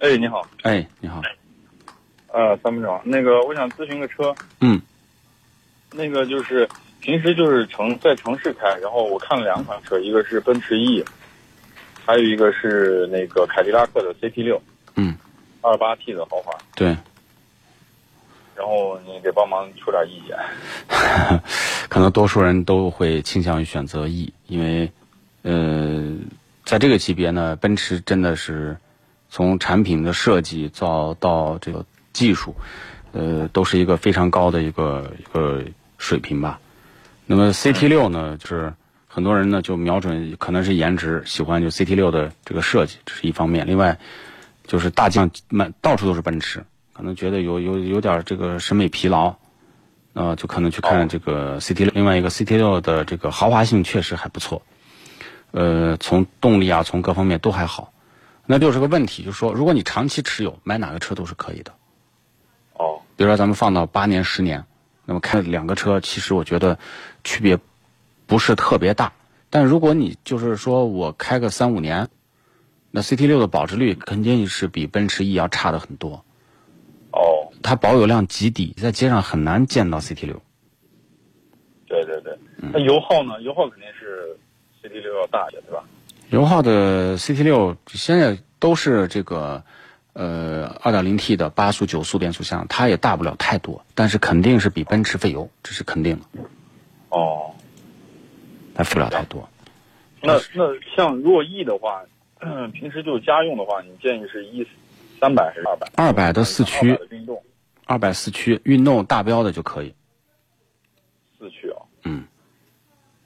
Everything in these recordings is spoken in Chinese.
哎，你好，哎，你好，呃，参谋长，那个我想咨询个车，嗯，那个就是平时就是城在城市开，然后我看了两款车，一个是奔驰 E，还有一个是那个凯迪拉克的 CT 六，嗯，二八 T 的豪华，对， 然后你给帮忙出点意见。可能多数人都会倾向于选择 E，因为，呃，在这个级别呢，奔驰真的是从产品的设计到到这个技术，呃，都是一个非常高的一个一个水平吧。那么 CT 六呢，就是很多人呢就瞄准可能是颜值，喜欢就 CT 六的这个设计，这是一方面。另外就是大街上满到处都是奔驰，可能觉得有有有点这个审美疲劳，啊、就可能去看这个 CT 六。另外一个 CT 六的这个豪华性确实还不错，呃，从动力啊，从各方面都还好。那就是个问题，就是说，如果你长期持有，买哪个车都是可以的。哦，比如说咱们放到八年、十年，那么开两个车，其实我觉得区别不是特别大。但如果你就是说我开个三五年，那 CT 六的保值率肯定是比奔驰 E 要差的很多，哦，它保有量极低，在街上很难见到 CT 六。对对对，嗯那油耗呢？油耗肯定是 CT 六要大一些，对吧？油耗的 CT 六现在都是这个呃二点零 T 的八速九速变速箱，它也大不了太多，但是肯定是比奔驰费油，这是肯定的，哦，它费不了太多。嗯那那像若 E 的话，嗯平时就是家用的话，你建议是一三百还是二百？二百的四驱200，的运动二百四驱运动大标的就可以。四驱啊。嗯。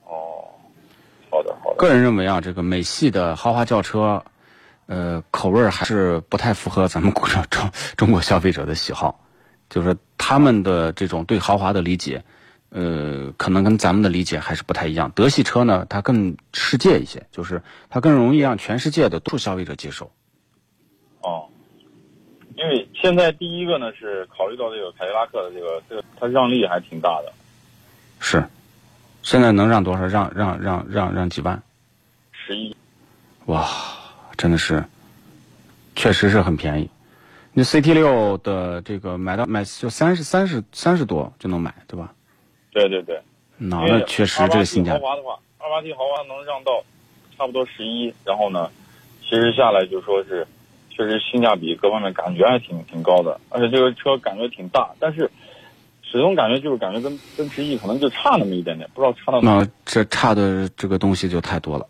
哦，好的好的。个人认为啊，这个美系的豪华轿车，呃，口味儿还是不太符合咱们国中 中中国消费者的喜好，就是他们的这种对豪华的理解，呃，可能跟咱们的理解还是不太一样。德系车呢，它更世界一些，就是它更容易让全世界的多数消费者接受。哦，因为现在第一个呢是考虑到这个凯迪拉克的这个这个它让利还挺大的，是，现在能让多少？让让让让让几万？十一。哇，真的是，确实是很便宜。你 CT 六的这个买到买就三十三十三十多就能买，对吧？对对对。拿因为了啊确实这个性价豪比，华的话，二八 T 豪华能让到差不多十一，然后呢，其实下来就说是，确实性价比各方面感觉还挺挺高的，而且这个车感觉挺大，但是始终感觉就是感觉跟奔驰 E 可能就差那么一点点，不知道差到哪。那这差的这个东西就太多了。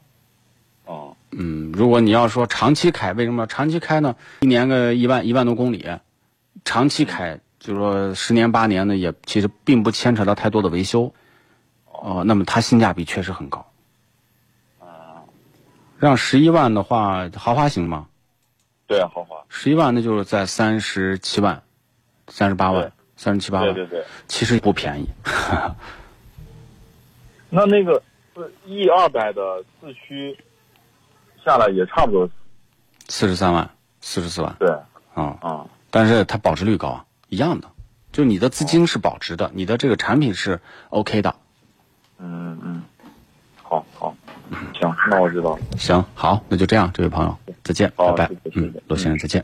啊、嗯，如果你要说长期开，为什么长期开呢？一年个一万一万多公里，长期开，就是说十年八年的也其实并不牵扯到太多的维修，哦、那么它性价比确实很高。让十一万的话，豪华型吗？对啊豪华，十一万那就是在三十七万、三十八对万、三十七八对万，对对。其实不便宜。那那个 E 二百的四驱下来也差不多，四十三万、四十四万对啊、啊、但是它保值率高啊，一样的，就你的资金是保值的，你的这个产品是 OK 的。嗯，嗯嗯，好好，行，那我知道了。行，好，那就这样，这位朋友，再见，好拜谢拜谢，谢谢嗯，罗先生再见。